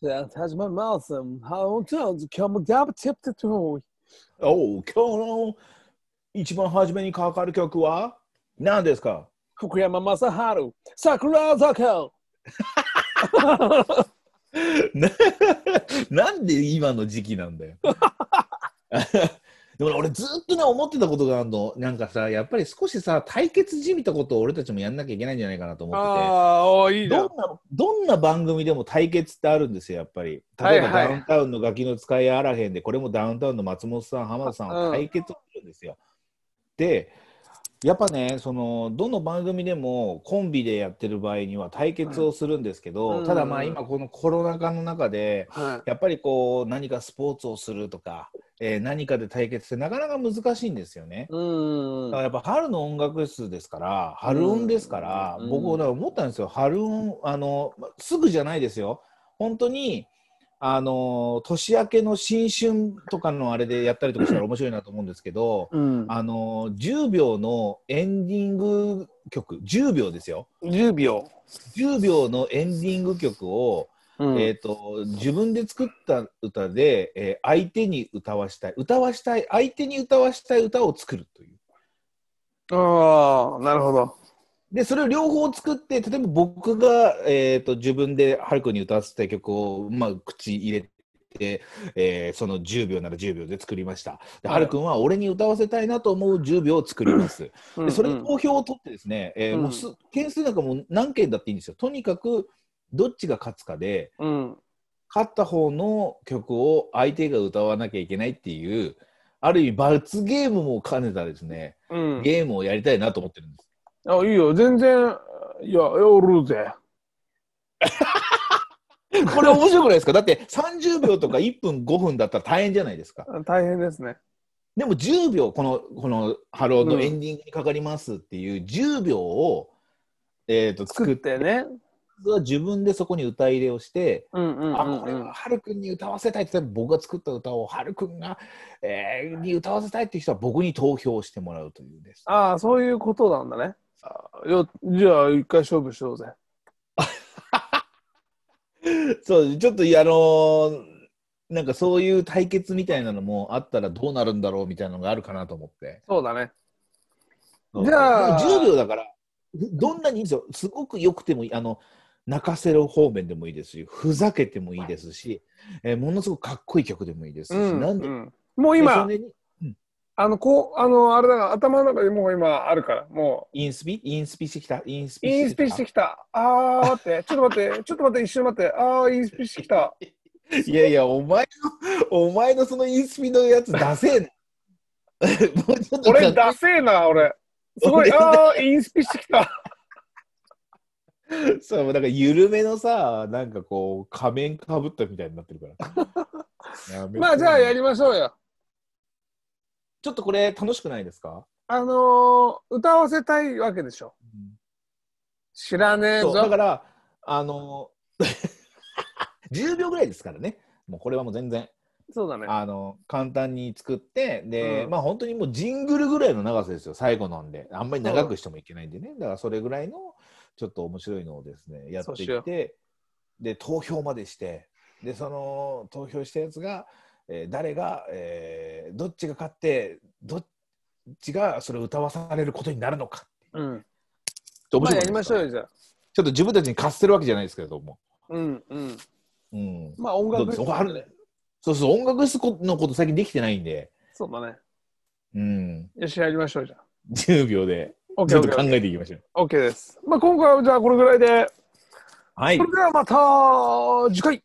Ja, touch my mouth and how to come up tip to toe. おう今日の一番初めにかかる曲は何ですか Fukuyama Masaharu, Sakura Zako. ななんで今の時期なんだよ。 でも俺ずっとね思ってたことがあるのなんかさやっぱり少しさ対決じみたことを俺たちもやんなきゃいけないんじゃないかなと思ってて。ああ、いいどな。んなどんな番組でも対決ってあるんですよ、やっぱり。例えば、はいはいダウンタウンのガキの使いあらへんで、これもダウンタウンの松本さん、浜田さんうはん対決をするんですよ。で、やっぱね、そのどの番組でもコンビでやってる場合には対決をするんですけど、うんただまあ今、このコロナ禍の中で、はやっぱりこう何かスポーツをするとか、えー何かで対決ってなかなか難しいんですよねい。。うんだか。らやっぱ春の音楽室ですから春音ですから、うん僕だから思ったんですよ春音あのすぐじゃないですよ本当にあの年明けの新春とかのあれでやったりとかしたら面白いなと思うんですけど、うん、あの10秒のエンディング曲10秒ですよ10秒。 10秒のエンディング曲を、うんえー、と自分で作った歌で、えー相手に歌わしたい歌わしたい相手に歌わしたい歌を作るという。ああ、なるほど。で、それを両方作って、例えば僕が、えー、と自分でハルくんに歌わせた曲を、まあ、口入れて、えーその10秒なら10秒で作りました。で、はいハルくんは俺に歌わせたいなと思う10秒を作ります。うんで、それうでん投票を取ってですね、えーうんもうす件数なんかもう何件だっていいんですよ。とにかくどっちが勝つかで、うん。勝った方の曲を相手が歌わなきゃいけないっていう、ある意味罰ゲームも兼ねたですね、うん。ゲームをやりたいなと思ってるんです。あ、いいよ。全然、いや、おるぜ。これ面白くないですかだって30秒とか1分5分だったら大変じゃないですか。大変ですね。でも10秒、この、この、ハローのエンディングにかかりますっていう10秒を、えっ、と、作作っ、っててね。は自分でそこに歌入れをして、うんうんあ、これはハルくんに歌わせたいって、僕が作った歌をハルくんが、えーに歌わせたいっていう人は僕に投票してもらうというです。ああ、そういうことなんだね。あよじゃあ、一回勝負しようぜ。そう、ちょっと、あのーなんかそういう対決みたいなのもあったらどうなるんだろうみたいなのがあるかなと思って。そうだね。そうじゃあ10秒だから、どんなにいいんですよ、すごく良くてもいい、あの泣かせる方面でもいいですし、ふざけてもいいですし、えーものすごくかっこいい曲でもいいですし、うんなんで、うんもうで今そ、れにあの、こう、あの、あれだから、頭の中でもう今あるから、もインスピ、インスピしてきた、インスう、ピインスピしてきた。ああ、待って、ちょっと待って、ちょっと待って、一瞬待って、ああ、インスピしてきた。きた。いやいや、お前の、お前のそのインスピのやつ、出せえな。 もうちょっと俺、ダセえな、俺。すごい、ああ、インスピしてきた。そう、なんか緩めのさ、なんかこう、仮面かぶったみたいになってる から。やめてまあ、じゃあやりましょうよ。ちょっとこれ、楽しくないですか、あのー歌わせたいわけでしょ。知らねえそうだかぞ。ら、あの 10秒ぐらいですからね、もうこれはもう全然、そうだね。あの簡単に作って、で、うんまあ本当にもうジングルぐらいの長さですよ、最後なんで、あんまり長くしてもいけないんでね、だからそれぐらいのちょっと面白いのをですね、やってそうしいよって、で、投票までして、で、その投票したやつが、えー誰が、えーどっちが勝って、どっちがそれを歌わされることになるのか。うん。ちょっと面まあ、白やりましょうくないですかよ、じゃあ。ちょっと自分たちに貸してるわけじゃないですけれども。うんうん。うん。まあ、音どう楽ですお春ねそうそう、音楽室のこと最近できてないんで、そうだね。うん、よし、やりましょう、じゃあ。 10秒でオッちケょーっオとッケ考ーえていきましょう。オッケーです。まあ、今回はじゃあこれぐらいで、はいそれ。ではまた次回